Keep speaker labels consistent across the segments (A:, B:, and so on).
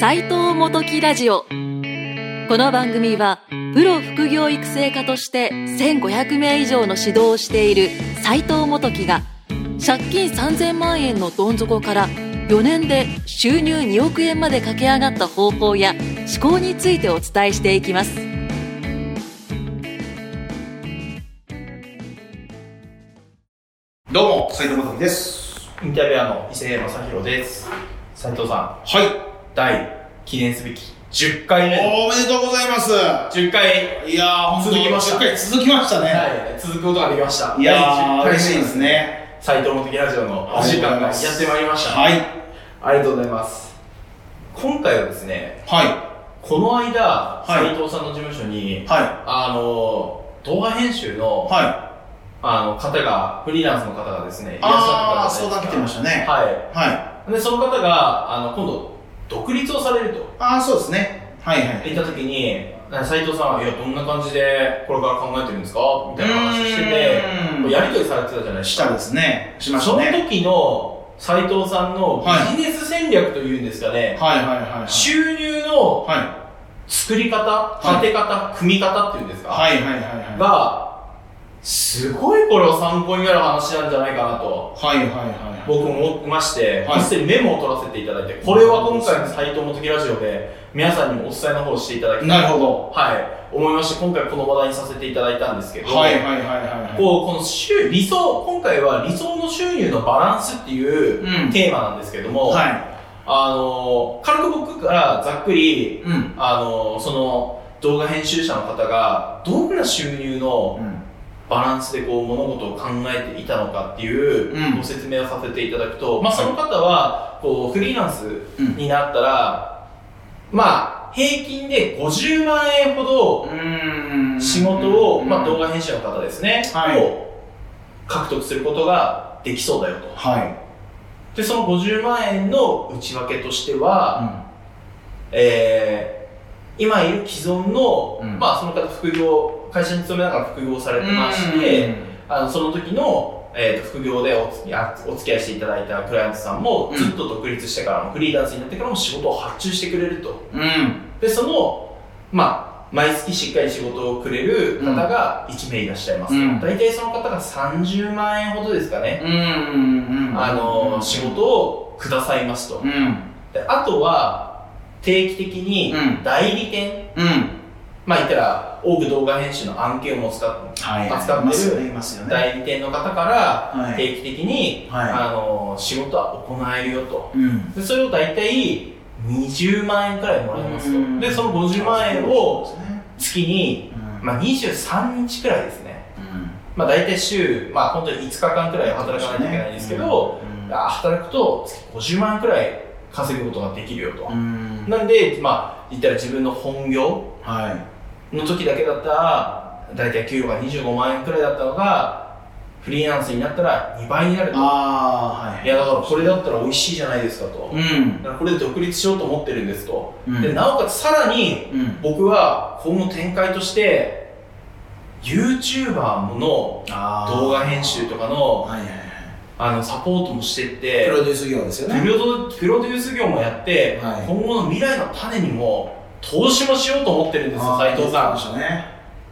A: 斉藤元木ラジオこの番組はプロ副業育成家として1500名以上の指導をしている斉藤元木が借金3000万円のどん底から4年で収入2億円まで駆け上がった方法や思考についてお伝えしていきます
B: どうも、斉藤まさです。
C: インタビュアーの伊勢正弘です。斉藤さん、
B: はい。
C: 第記念すべき10回目の。
B: おめでとうございます。
C: 10回、
B: いやー、
C: 続きました
B: しっかり続きましたね。
C: はい、続くことができました。
B: い、やー、嬉しいです
C: ね。
B: ね。
C: 斉藤元木ラジオのお時間がやってまいりました。
B: はい。
C: ありがとうございます。今回はですね、
B: は
C: この
B: は
C: 間、
B: い
C: 斉藤さんの事務所に
B: い。、は
C: あの、動画編集の、
B: い。は
C: あの方が、フリーランスの方がですね、
B: い。
C: いらっし
B: あー、
C: ゃった
B: 相
C: 方が
B: 談来てましたね。
C: はい。
B: はい。
C: で、その方が、あの、今度、独立をされると。
B: あー、そうですね。はいはい。
C: 行った時に斎藤さんは「いやどんな感じでこれから考えてるんですか?」みたいな話して
B: うーん
C: てやり取りされてたじゃないです
B: した
C: か
B: ですね。しまし
C: そ
B: た
C: の
B: ね。
C: 時の斎藤さんの
B: はい
C: ビジネス戦略というんですかね、
B: はいはいはいはい。
C: 収入の
B: は
C: 作り方、
B: い
C: 立て方、組み方っていうんですか、
B: い。はいはいはいはい。はい
C: がすごいこれは参考になる話なんじゃないかなと
B: はいはいはい。
C: 僕も思いまして、
B: はい
C: 実際にメモを取らせていただいてこれは今回の斎藤元木ラジオで皆さんにもお伝えの方をしていただきたい
B: なるほ
C: はい、思いまして今回この話題にさせていただいたんですけど、
B: ど。はいはいはいはいはい。
C: こうこの収理想今回は理想の収入のバランスっていう
B: うん
C: テーマなんですけども、
B: は
C: あの軽く僕からざっく
B: い。
C: り
B: うん。
C: あのその動画編集者の方がどんな収入
B: う
C: の
B: ん
C: バランスでこう物事を考えていたのかっていう
B: うん
C: ご説明をさせていただくと、まあ、
B: はい
C: その方はこうフリーランス
B: うん
C: になったら、まあ平均で50万円ほど
B: うーん。
C: 仕事を、まあ、動
B: 画。
C: 画編集の方ですね、
B: はい
C: を獲得することができそうだよと
B: はい。
C: でその50万円の内訳としては、えー今いる既存の、
B: うん
C: まあ、その方副業会社に勤めながら副業をされてまして、あのその時の、えーと副業でお付きあお付き合いしていただいたクライアントさんも、
B: うん
C: ずっと独立してからもフリーランスになってからも仕事を発注してくれると
B: うん。うん。
C: でそのまあ毎月しっかり仕事をくれる方が1名いらっしゃいます、
B: うん
C: 大体その方が30万円ほどですかね、
B: うん。
C: あの
B: うん
C: 仕事をくださいますと、
B: うん。
C: であとは定期的に
B: うん
C: 代理店、
B: うん。
C: まあ言ったら多く動画編集の案件を持つか
B: は
C: 扱っ
B: いま
C: てる
B: すよね、いますよね。
C: 代理店の方から
B: はい。
C: 定期的に、
B: はい
C: あの仕事は行えるよと
B: うん。
C: でそれを大体20万円くらいもらえます
B: うん
C: とでその50万円を
B: そうですね、
C: 月に
B: うん
C: まあ、23日くらいですね、
B: うん
C: まあ、大体週、まあ、本当に5日間くらい働かないといけないんですけど、、
B: うん
C: あ働くと月50万円くらい稼ぐことができるよと、
B: うん。
C: なんで、まあ、言ったら自分の本業
B: は
C: の時だけだったら大体給与が25万円くらいだったのがフリーランスになったら2倍になる
B: い。
C: と
B: ああ、はい。
C: いやだからこれだったら美味しいじゃないですかと、
B: うん
C: だ。からこれで独立しようと思ってるんですと、
B: うん
C: でなおかつさらに
B: うん。
C: 僕は今後展開として YouTuber の
B: あー
C: 動画編集とかの
B: はいはいはい。
C: あのサポートもしてっ
B: プ
C: て
B: ロデュース業ですよ
C: プ
B: ね。
C: ロドプロデュース業もやって、
B: はい
C: 今後の未来の種にも投資もしようと思ってるんですよ
B: あー
C: 斉藤さん
B: そうでしたね。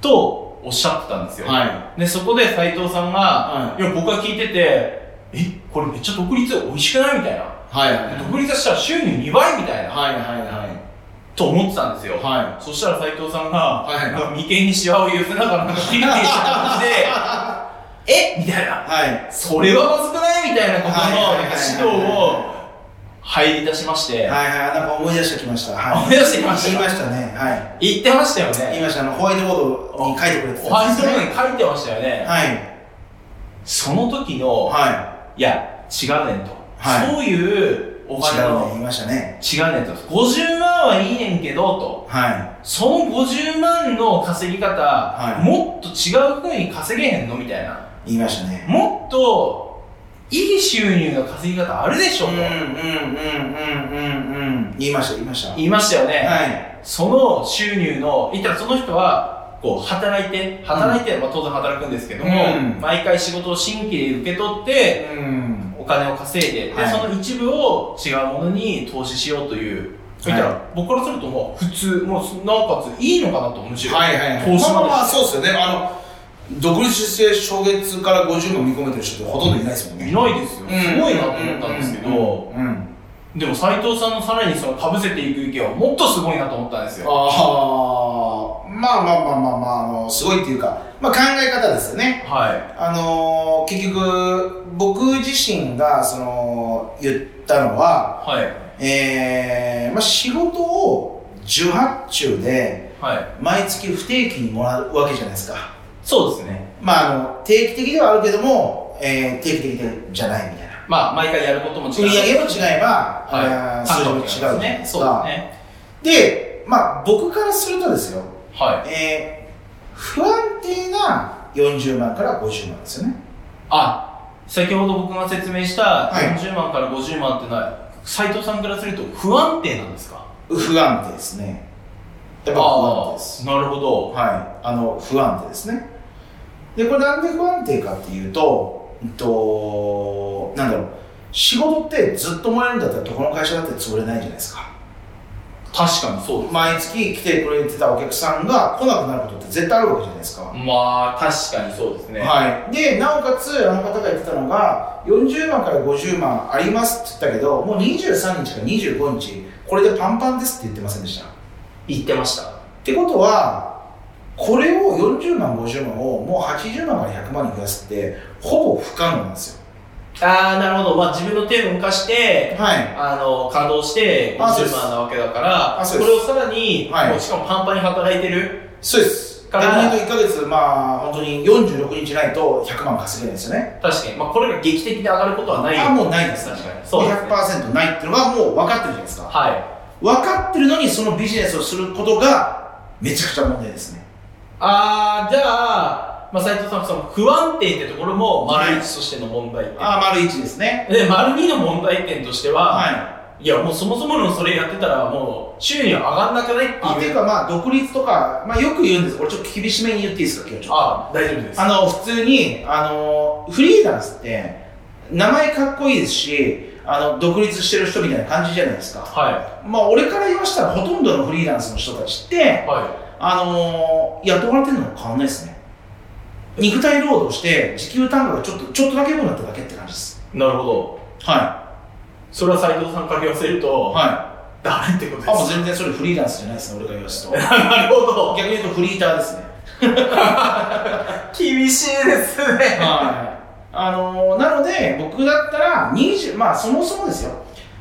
C: とおっしゃってたんですよ、
B: は
C: でそこで斉藤さんが、
B: はい。
C: い、や僕が聞いててえこれめっちゃ独立美味しくないみたいない
B: はいはい。
C: 独立したら収入2倍みたいな、
B: はいはいはい。
C: と思ってたんですよ、
B: は
C: そしたら斉藤さんが、
B: はい
C: なんか眉間にシワを寄せながらなんかキリキリした感じでえみたいな
B: はい。
C: それはまずくないみたいなことの
B: はい
C: なんか指導を入り出しまして、
B: はいはい。なんか思い出してきました。はい。
C: 思い出してきました
B: 言いましたね。はい。
C: 言ってましたよ
B: 言い
C: ね
B: ました。あの、ホワイトボードに書いてくれて
C: お話
B: た
C: し
B: んです
C: する
B: ね
C: のに書いてましたよね、
B: はい。
C: その時の、、
B: はい
C: や違うねんと、
B: はい
C: そういうお
B: い。違
C: 金
B: うね。
C: の
B: 言いましたね。
C: 違うねんと50万はいいねんけどと
B: はい。
C: その50万の稼ぎ方、
B: はい
C: もっと違う風に稼げへんのみたいな
B: 言いましたね。
C: もっといい収入の稼ぎ方あるでしょと
B: うんうんうんうんうん。言いました、言いました。
C: 言いましたよね、
B: はい。
C: その収入の言ったらその人はこう働いて働いて、まあ、当然働くんですけども、
B: うん
C: 毎回仕事を新規で受け取って
B: うん。
C: お金を稼いでで、
B: はい
C: その一部を違うものに投資しようというそしたら、僕からするともう普通、もうなおかついいのかなと、むしろ。
B: はいはいはい。
C: 投資
B: まあまあまあ、
C: も
B: そうですよね。あの、独立して初月から50万見込めてる人ってほとんどいないですもんね。
C: いないですよ。
B: うん
C: すごいなと思ったんですけど、
B: うん。
C: でも斎藤さんのさらにそのかぶせていく意見はもっとすごいなと思ったんですよ。
B: ああ、まあまあまあまあまあ、あの、すごいっていうか、まあ考え方ですよね。
C: は
B: あのー結局、僕自身が、その、言ったのは、
C: い。はい。
B: えー、まあ仕事を受発注で、
C: はい。
B: 毎月不定期にもらうわけじゃないですか。
C: そうですね。
B: まあ、あの、定期的ではあるけども、えー定期的でじゃないみたいな。
C: まあ、毎回やることも
B: 売
C: 違
B: り
C: う。
B: 上げも違えば、
C: は
B: あー
C: い。
B: 数字も違う
C: です
B: じゃない
C: ね。
B: です
C: そう
B: か
C: ですね。
B: で、まあ、僕からするとですよ、
C: はい。
B: えー不安定な40万から50万ですよね。
C: あ、先ほど僕が説明した
B: はい
C: 40万から50万ってのは、斎藤さんからすると不安定なんですか
B: 不安定ですね。やっぱ不安定です。
C: あーなるほど。
B: はい、あの不安定ですね。で、これなんで不安定かっていうと、うんと、なんだろう、仕事ってずっともらえるんだったら、どこの会社だって潰れないじゃないですか。
C: 確かにそうです。
B: 毎月来てくれてたお客さんが来なくなることって絶対あるわけじゃないですか。
C: まあ、確かにそうですね。
B: はい、でなおかつあの方が言ってたのが40万から50万ありますって言ったけどもう23日から25日これでパンパンですって言ってませんでしたっ
C: 言ってました。
B: てことはこれを40万50万をもう80万から100万に増やすってほぼ不可能なんですよ
C: ああ、なるほど。まあ、自分の手分化して、
B: はい
C: あの感動して
B: あそうで
C: 50
B: す
C: 万なわけだから
B: あ
C: こ
B: そうです
C: れをさらに、
B: はい
C: もうしかもパンパンに働いてる
B: そうです
C: か
B: 来
C: ら
B: 年と1ヶ月まあ本当に46日ないと100万稼げないですよね
C: 確かに、まあ、これが劇的に上がることはない
B: あもうないです
C: 確かにそうです、ね、
B: 100%ないっていうのはもう分かってるじゃないですか
C: はい
B: 分かってるのにそのビジネスをすることがめちゃくちゃ問題ですね
C: ああじゃあ、まあ、斉藤さんその不安定ってところも丸一としての問題点、
B: あー丸一ですね
C: で丸二の問題点としては、、
B: はい
C: やもうそもそものそれやってたらもう収入上がんなくない
B: いっ
C: ってて
B: い
C: いうう
B: かまあ独立とか、まあ、よく言うんです俺ちょっと厳しめに言っていいですか今日ちょっ
C: ああ大丈夫で
B: とあの普通にあのフリーランスって名前かっこいいですしあの独立してる人みたいな感じじゃないですか
C: は
B: まあ俺から言わしたらほとんどのフリーランスの人たちっ
C: い
B: て
C: は
B: あの雇われてるのは変わんないですね肉体労働して時給単価がちょっとちょっとだけ良くなっただけって感じです
C: いなるほど
B: は
C: それは斉藤さん掛け合わせる
B: い
C: と、
B: はい
C: ダメってことで
B: あもう
C: す
B: 全然それフリーランスじゃないですね俺が言わすと
C: なるほど
B: 逆に言うとフリーターですね
C: 厳しいですね。
B: はい あのーなので僕だったら20まあそもそもですよ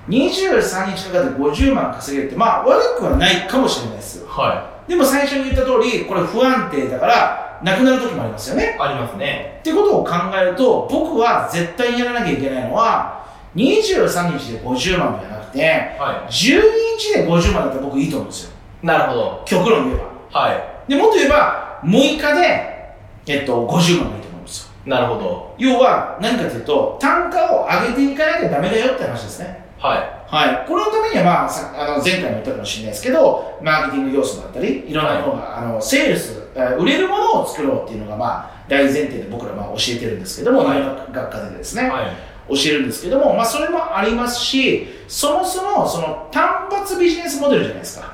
B: 23日かかって50万稼げるってまあ悪くはないかもしれないですよ
C: は
B: でも最初に言った通りこれ不安定だからなくなる時もありますよ
C: い。
B: ね
C: ありますね。
B: ってことを考えると僕は絶対にやらなきゃいけないのは23日で50万じゃなくて
C: は
B: 12日で50万だったら僕いいと思うんですよ
C: い。なるほど。
B: 極論言えば
C: は
B: でもっと言えば6日で、えっと、50万がいいと思うんですよ
C: い。なるほど。
B: 要は何かというと単価を上げていかなきゃダメだよって話ですね
C: は
B: はいこれのためには、まあ、さあの前回も言ったかもしれないですけどマーケティング要素だったりいろんなものがあのセールスえー売れるものを作ろうっていうのが、まあ、大前提で僕らはまあ教えてるんですけども、
C: は
B: い
C: い
B: ろんな学科でです
C: い。
B: ね、
C: はい。
B: 教えるんですけども、まあ、それもありますしそもそもその単発ビジネスモデルじゃないですか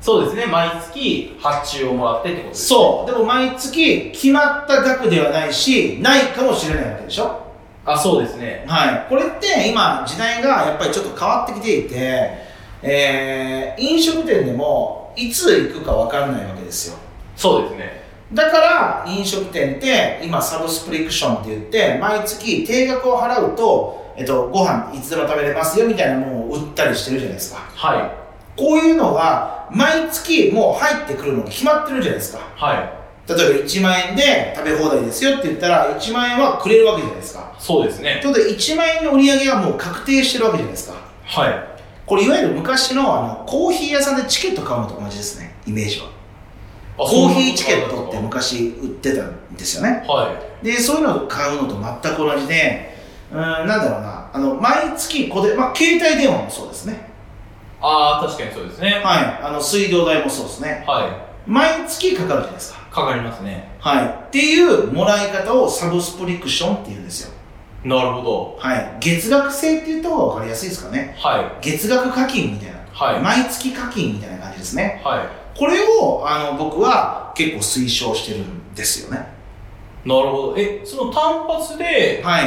C: そうですね。毎月発注をもらってってことです。
B: そう。でも毎月決まった額ではないし、ないかもしれないわけでしょ
C: あ、そうですね。
B: はい。これって今時代がやっぱりちょっと変わってきていて、えー、飲食店でもいつ行くかわかんないわけですよ。
C: そうですね。
B: だから飲食店って今サブスクリプションって言って、毎月定額を払うと、えっと、ご飯いつでも食べれますよみたいなものを売ったりしてるじゃないですか。
C: は
B: こういうのが毎月もう入ってくるのが決まってるじゃないですか。
C: い。は
B: 例えば1万円で食べ放題ですよって言ったら1万円はくれるわけじゃないですか
C: い。そうですね。
B: ということで1万円の売り上げがもう確定してるわけじゃないですか
C: はい。
B: これいわゆる昔のあのコーヒー屋さんでチケット買うのと同じですねイメージはコーヒーチケットって昔売ってたんですよね
C: は
B: でそういうのを買うのと全く同じでうーんなんだろうなあの毎月ここで、まあ、携帯電話もそうですね
C: い。ああ、確かにそうですね。
B: はいあの水道代もそうですね
C: は
B: 毎月かかるじゃないですか
C: い。かかりますね。
B: はいっていうもらい方をサブスプリクションっていうんですよ
C: なるほど。
B: はい、月額制って言った方が分かりやすいですかね
C: はい。
B: 月額課金みたいな
C: はい
B: 毎月課金みたいな感じですね。
C: は
B: これをあの僕は結構推奨してるんですよね。
C: い。なるほど。え、その単発で、
B: は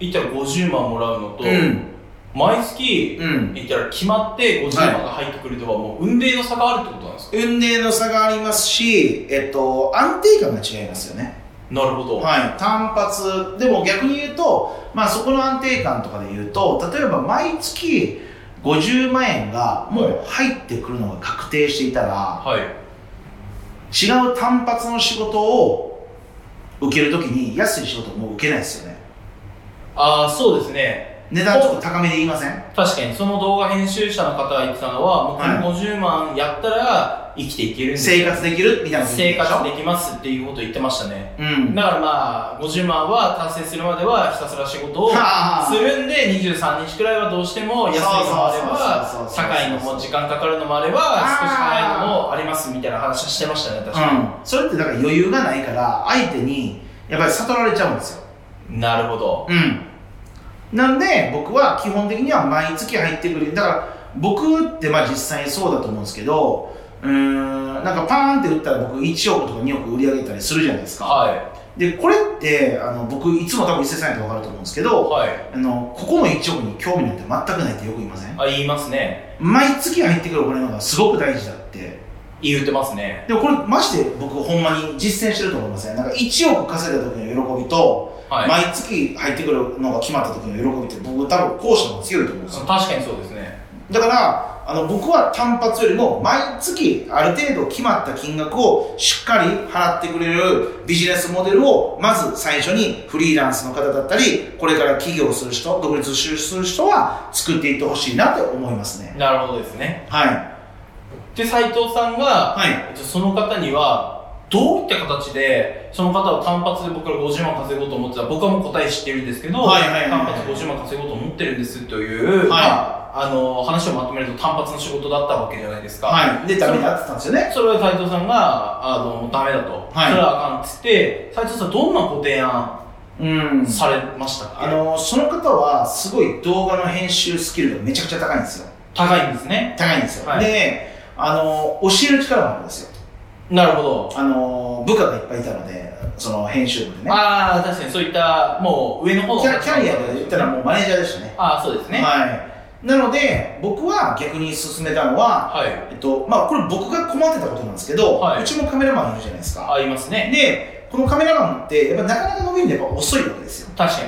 B: い。
C: いったら50万もらうのと、
B: うん。
C: 毎月、
B: うん。
C: いったら決まって50万が入ってくるとは、もう運命の差があるってことなんですか
B: 運命の差がありますし、えっと、安定感が違いますよね。
C: なるほど。
B: はい、単発でも逆に言うと、まあ、そこの安定感とかで言うと例えば毎月50万円がもう入ってくるのが確定していたら
C: はい。
B: 違う単発の仕事を受けるときに安い仕事もう受けないですよね
C: ああ、そうですね。
B: 値段ちょっと高めで言いません
C: 確かに、その動画編集者の方が言ってたのは、もうこ
B: はい
C: の50万やったら生きていけるんです
B: 生活できるみたいなこと言
C: 生
B: ってた
C: 活
B: でし
C: できますっていうこと言ってましたね。
B: ょうん
C: だからまあ、50万は達成するまではひたすら仕事を
B: はあ
C: するんで、23日くらいはどうしても安いのもあれ
B: そうそうそうそう
C: ば、
B: そう
C: 高いのも時間かかるのもあれば、
B: あー
C: 少し早いのもありますみたいな話してましたね、確か
B: うん、それってだから余裕がないから相手にやっぱり悟られちゃうんですよ
C: に。なるほど。
B: うん、なんで僕は基本的には毎月入ってくるだから僕ってまあ実際にそうだと思うんですけどうーんなんかパーンって打ったら僕1億とか2億売り上げたりするじゃないですか
C: は
B: でこれってあの僕いつも多分伊勢さんやと分かると思うんですけ
C: い。
B: ど
C: はい。
B: あのここの1億に興味なんて全くないってよく言いません
C: あ、言いますね。
B: 毎月入ってくるお金の方がすごく大事だって
C: 言ってますね。
B: でもこれまして僕ほんまに実践してると思いませんなんか1億稼いだ時の喜びと
C: はい。
B: 毎月入ってくるのが決まった時の喜びって僕多分後者の方が強いと思うんです
C: 確
B: よ
C: かにそうですね。
B: だからあの僕は単発よりも毎月ある程度決まった金額をしっかり払ってくれるビジネスモデルをまず最初にフリーランスの方だったりこれから起業する人独立する人は作っていってほしいなって思いますね
C: なるほどですね。
B: はい
C: で、斎藤さんが、
B: はい
C: えっとその方には、どういった形で、その方を単発で僕から50万稼ごうと思ってた僕はもう答え知ってるんですけど、
B: はいはいはい
C: 単発50万稼ごうと思ってるんですという、
B: はい
C: まあ、あの話をまとめると単発の仕事だったわけじゃないですか。
B: はいでダメだってたんですよね
C: それは斉藤さんが、あの、もうダメだと。
B: はい
C: それはあかんっつって、斉藤さんどんなご提案
B: うん
C: されましたか、
B: あのその方はすごい動画の編集スキルがめちゃくちゃ高いんですよ
C: 高いんですね。
B: 高いんですよ、
C: はい
B: であの教える力もあるんですよ
C: なるほど。
B: あの部下がいっぱいいたのでその編集部でね
C: ああ、確かにそういった、もう上の方の
B: キャキャリアで言ったらもうマネージャーでしたね
C: ああ、そうですね。
B: はいなので僕は逆に勧めたのは、
C: はい。
B: えっとまあ、これ僕が困ってたことなんですけど、
C: はいう
B: ちもカメラマンいるじゃないですか
C: ありますね。
B: でこのカメラマンってやっぱなかなか伸びるのやっぱ遅いわけですよ
C: 確か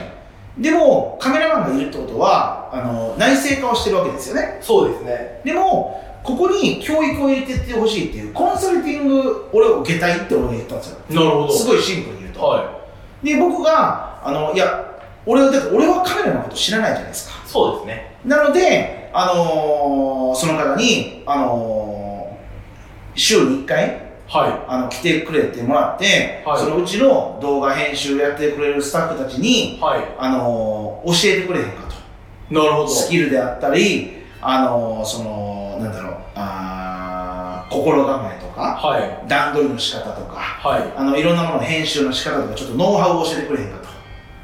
C: に。
B: でもカメラマンがいるってことはあの内製化をしてるわけですよね
C: そうですね。
B: でもここに教育を入れてってほしいっていうコンサルティング俺を受けたいって俺が言ったんですよ
C: なるほ
B: すごいシンプルに言うと、
C: は
B: で僕があのいや俺はだって俺はカメラのこと知らないじゃないですか
C: い。そうですね。
B: なので、あのーその方に、あのー週に1回
C: は
B: あの来てくれてもらって、
C: はい
B: そのうちの動画編集やってくれるスタッフたちに、
C: い。は
B: あのー教えてくれへんかと
C: い。なるほど。
B: スキルであったり、あのーそのなんだろうあー心構えとか
C: はい。
B: 段取りの仕方とか
C: は
B: あのいろんなものの編集の仕方とかちょっとノウハウを教えてくれへんかと
C: い。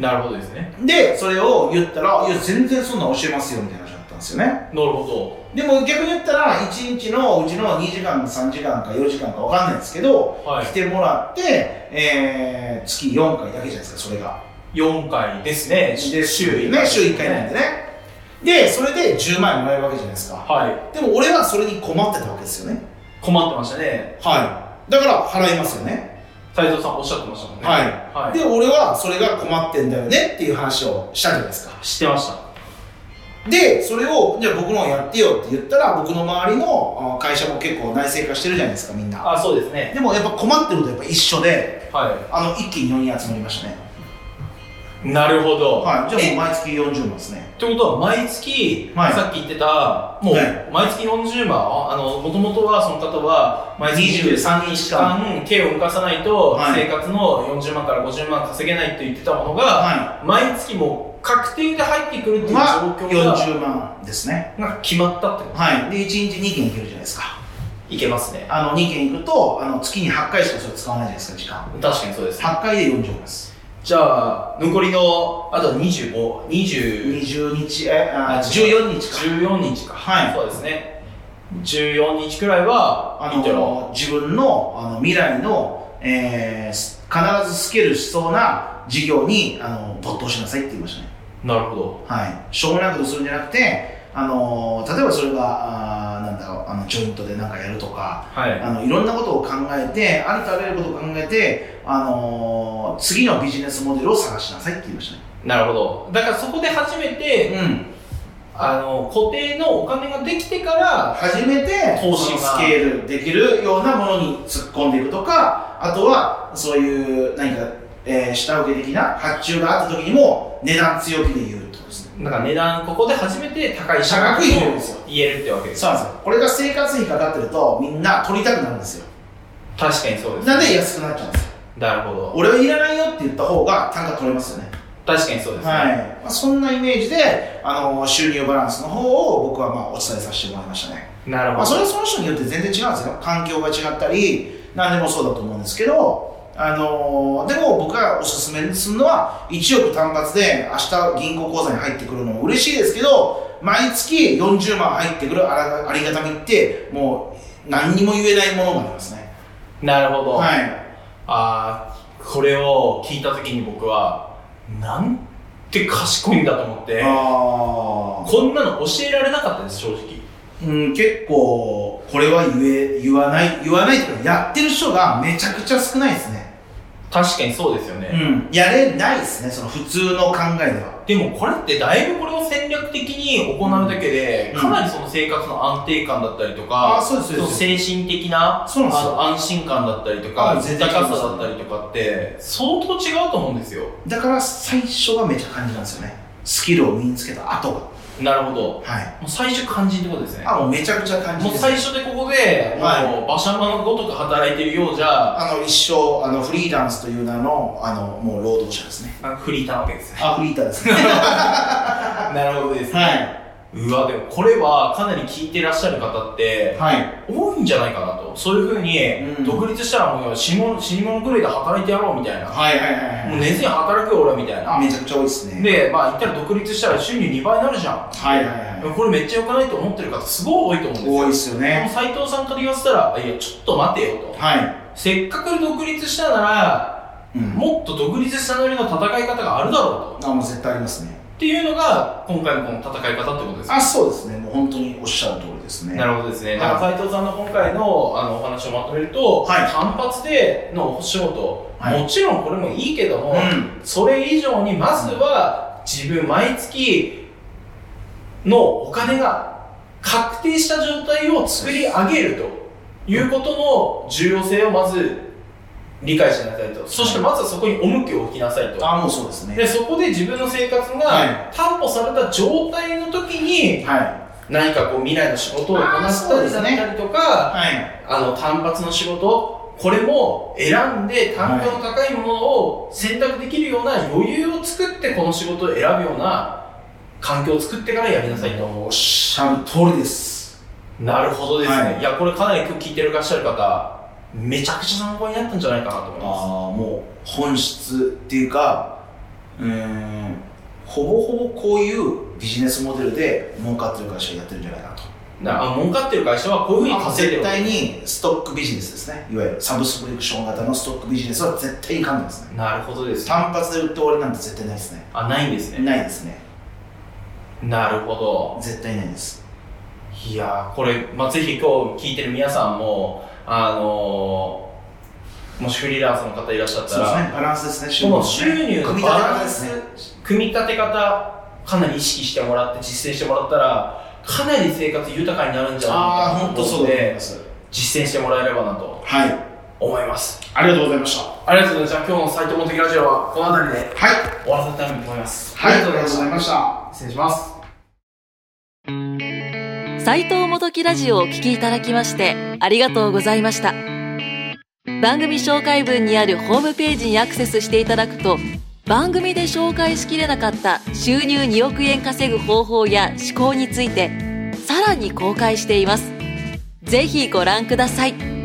C: なるほどですね。
B: でそれを言ったら「いや全然そんなん教えますよ」みたいな話だったんですよね
C: なるほ
B: でも逆に言ったら1日のうちの2時間か3時間か4時間か分かんないですけど、
C: はい
B: 来てもらって、えー月4回だけじゃないですかそれが
C: ど。4回ですね。
B: でね週1回なんでねでそれで10万円もらえるわけじゃないですか
C: は
B: でも俺はそれに困ってたわけですよね
C: い。困ってましたね。
B: はいだから払いますよね
C: 斉藤さんおっしゃってましたもんね。
B: はい
C: はい。
B: で俺はそれが困ってんだよねっていう話をしたじゃないですか
C: 知ってました。
B: でそれをじゃあ僕のやってよって言ったら僕の周りのあ会社も結構内製化してるじゃないですかみんな
C: あ、そうですね。
B: でもやっぱ困ってることはやっぱ一緒で
C: は
B: あの一気に4人集まりましたね
C: い。なるほど。
B: はいじゃあもう
C: え
B: 毎月40万ですね
C: ってことは、毎月、
B: はい
C: さっき言ってた、もう
B: はい、
C: 毎月40万、あの、もともとはその方は、毎月
B: 23日
C: 期間、刑を動かさないと、
B: はい
C: 生活の40万から50万稼げないと言ってたものが、
B: は
C: 毎月もう確定で入ってくるって
B: い
C: いう状
B: は
C: 況が、
B: 40万ですね
C: なんか決まったってこ
B: はいで1日2件いけるじゃないですか
C: といけますね。
B: あの2件いくとあの月に8回しかそれ使わないじゃないですか
C: 確かにそうで
B: 時
C: す。
B: 間8回で40万です
C: じゃあ、残りの、あと25、20、
B: 20日えあ
C: あ
B: 14日か
C: 14日か。
B: はい
C: そうですね。 14日くらいは
B: あ
C: 見てろ
B: の自分のあの未来の、えーす必ずスケールしそうな事業にあの没頭しなさいって言いましたね、
C: なるほど
B: はい、しょうもないことするんじゃなくてあの例えばそれがあーなんだろうあのジョイントで何かやるとか
C: はい
B: あのいろんなことを考えてありとあらゆることを考えて、あの次のビジネスモデルを探しなさいって言いましたね
C: なるほどだからそこで初めて、
B: うん
C: あの固定のお金ができてから
B: 初めて
C: 投資が
B: スケールできるようなものに突っ込んでいくとかあとはそういう何か、えー下請け的な発注があった時にも値段強気で言うってことですね
C: なんか値段ここで初めて高い
B: 社額
C: を
B: 言えるんですよ
C: 言えるってわけです
B: そうなんですよこれが生活費かかってるとみんな取りたくなるんですよ
C: 確かにそうです
B: なんで安くなっちゃうんですよ
C: なるほど
B: 俺はいらないよって言った方が単価取れますよね
C: 確かにそうですね、
B: はいまあ、そんなイメージであの収入バランスの方を僕はまあお伝えさせてもらいましたね
C: なる
B: まあ、
C: ほ
B: そ
C: ど
B: れはその人によって全然違うんですよ環境が違ったり何でもそうだと思うんですけどあのーでも僕がおすすめするのは1億単発で明日銀行口座に入ってくるのも嬉しいですけど毎月40万入ってくるあらありがたみってもう何にも言えないものがありますね
C: なるほど、
B: はい
C: あーこれを聞いた時に僕はなんて賢いんだと思って
B: あ
C: こんなの教えられなかったです正直
B: ーうん、結構これは言え言わない言わないというかやってる人がめちゃくちゃ少ないですね
C: 確かにそうですよね、
B: うんやれないですねその普通の考えでは
C: でもこれってだいぶこれを戦略的に行うだけで、
B: うん
C: かなりその生活の安定感だったりと
B: あ
C: か、
B: そうですそうです
C: の精神的な
B: そうなんですよ
C: あの安心感だったりと
B: あ
C: か、
B: 全然
C: 豊
B: 違いま
C: か
B: す
C: さだったりとかって、相当違うと思うんですよ。
B: だから最初はめちゃ感じなんですよねスキルを身につけた後が
C: なるほど。も
B: は
C: う最初肝心ってことです
B: い
C: ね。
B: あもうめちゃくちゃ感じ
C: もう
B: です
C: 最初でここで、
B: はい
C: もう馬車馬のごとく働いてるようじゃ、
B: あの一生あのフリーランスという名のあのもう労働者ですね
C: あフリーターなわけですね。
B: あフリーターですね
C: なるほどですね。
B: は
C: うわ、でもこれはかなり聞いてらっしゃる方って、
B: いはい
C: 多いんじゃないかなとそういうふう
B: うん
C: に独立したらもう死に物死に物狂いで働いてやろうみたいな、
B: はいはいはい
C: も
B: は
C: う
B: い
C: 寝ずに働くよ俺はみたい
B: あ
C: な
B: めちゃくちゃ多いですね
C: でまあ言ったら独立したら収入2倍になるじゃん
B: はいはいはい
C: これめっちゃ良くないと思ってる方すごい多いと思うんですよ
B: 多いですよ
C: でも
B: ね
C: 斉藤さんから言わせたらいやちょっと待てよと
B: はい、
C: せっかく独立したなら
B: うん、
C: もっと独立したなりの戦い方があるだろうと
B: あもう絶対ありますね
C: っていうのが今回のこの戦い方ってことです
B: あそうですねもう本当におっしゃる通りですね
C: な
B: る
C: るほどですね。
B: い
C: だから斉藤さんの今回のあのお話をまとめると、
B: はい
C: 単発でのお仕事、
B: はい
C: もちろんこれもいいけども、
B: うん
C: それ以上にまずは自分毎月のお金が確定した状態を作り上げるということの重要性をまず理解しなさいと。そしてまずはそこに重きを置きなさいと。
B: あもうそうですね
C: でそこで自分の生活
B: は
C: が担保された状態の時に、
B: はい
C: 何かこう未来の仕事をこなし
B: あーそう
C: た
B: で
C: り
B: す
C: だっ
B: ね
C: たりとか、
B: はい
C: あの単発の仕事これも選んで単価の高いものを選択できるような余裕を作ってこの仕事を選ぶような環境を作ってからやりなさいと
B: おっしゃる通りです
C: なるほどですね、
B: はい
C: い、やこれかなり今日聞いてるらっしゃる方めちゃくちゃ参考になったんじゃないかなと思い
B: あ
C: ます
B: あもう本質っていうかうーんほぼほぼこういうビジネスモデルで儲かってる会社やってるんじゃないかなと
C: なあ儲かってる会社はこういうふうに稼い
B: 絶
C: でる
B: 対にストックビジネスですねいわゆるサブスクリプション型のストックビジネスは絶対にかんないですね
C: なるほどですね
B: 単発で売って終わりなんて絶対ないですね
C: あないんですね
B: ないですね
C: なるほど
B: 絶対ないです
C: いやーこれ、まあ、ぜひ今日聞いてる皆さんも、あのーもしフリーランスの方いらっしゃった
B: そうです
C: ら、
B: ねバランスですね
C: この収入の
B: 組み立て
C: バラ
B: 方
C: ン
B: で
C: ス
B: すね、
C: 組み立て方、かなり意識してもらって、実践してもらったら、かなり生活豊かになるんじゃ
B: ああ
C: ないか
B: 本
C: な
B: 当
C: と
B: そ
C: 思う
B: う
C: の
B: だと思い
C: で
B: ま、す
C: 実践してもらえればなと
B: はい
C: 思います。
B: ありがとうございました
C: ありがとうございます。じゃあ今日の斎藤元木ラジオはこの辺りで
B: はい
C: 終わらせたいと思います。
B: はいありがとうございまし
C: す。
B: た
C: 失礼します。
A: 斉藤元木ラジオをお聞きいただきましてありがとうございました番組紹介文にあるホームページにアクセスしていただくと番組で紹介しきれなかった収入2億円稼ぐ方法や思考についてさらに公開していますぜひご覧ください